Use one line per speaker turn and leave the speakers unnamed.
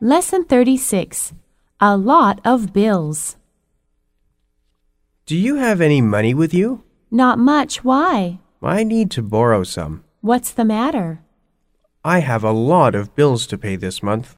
Lesson 36 A Lot of Bills.
Do you have any money with you?
Not much. Why?
I need to borrow some.
What's the matter?
I have a lot of bills to pay this month.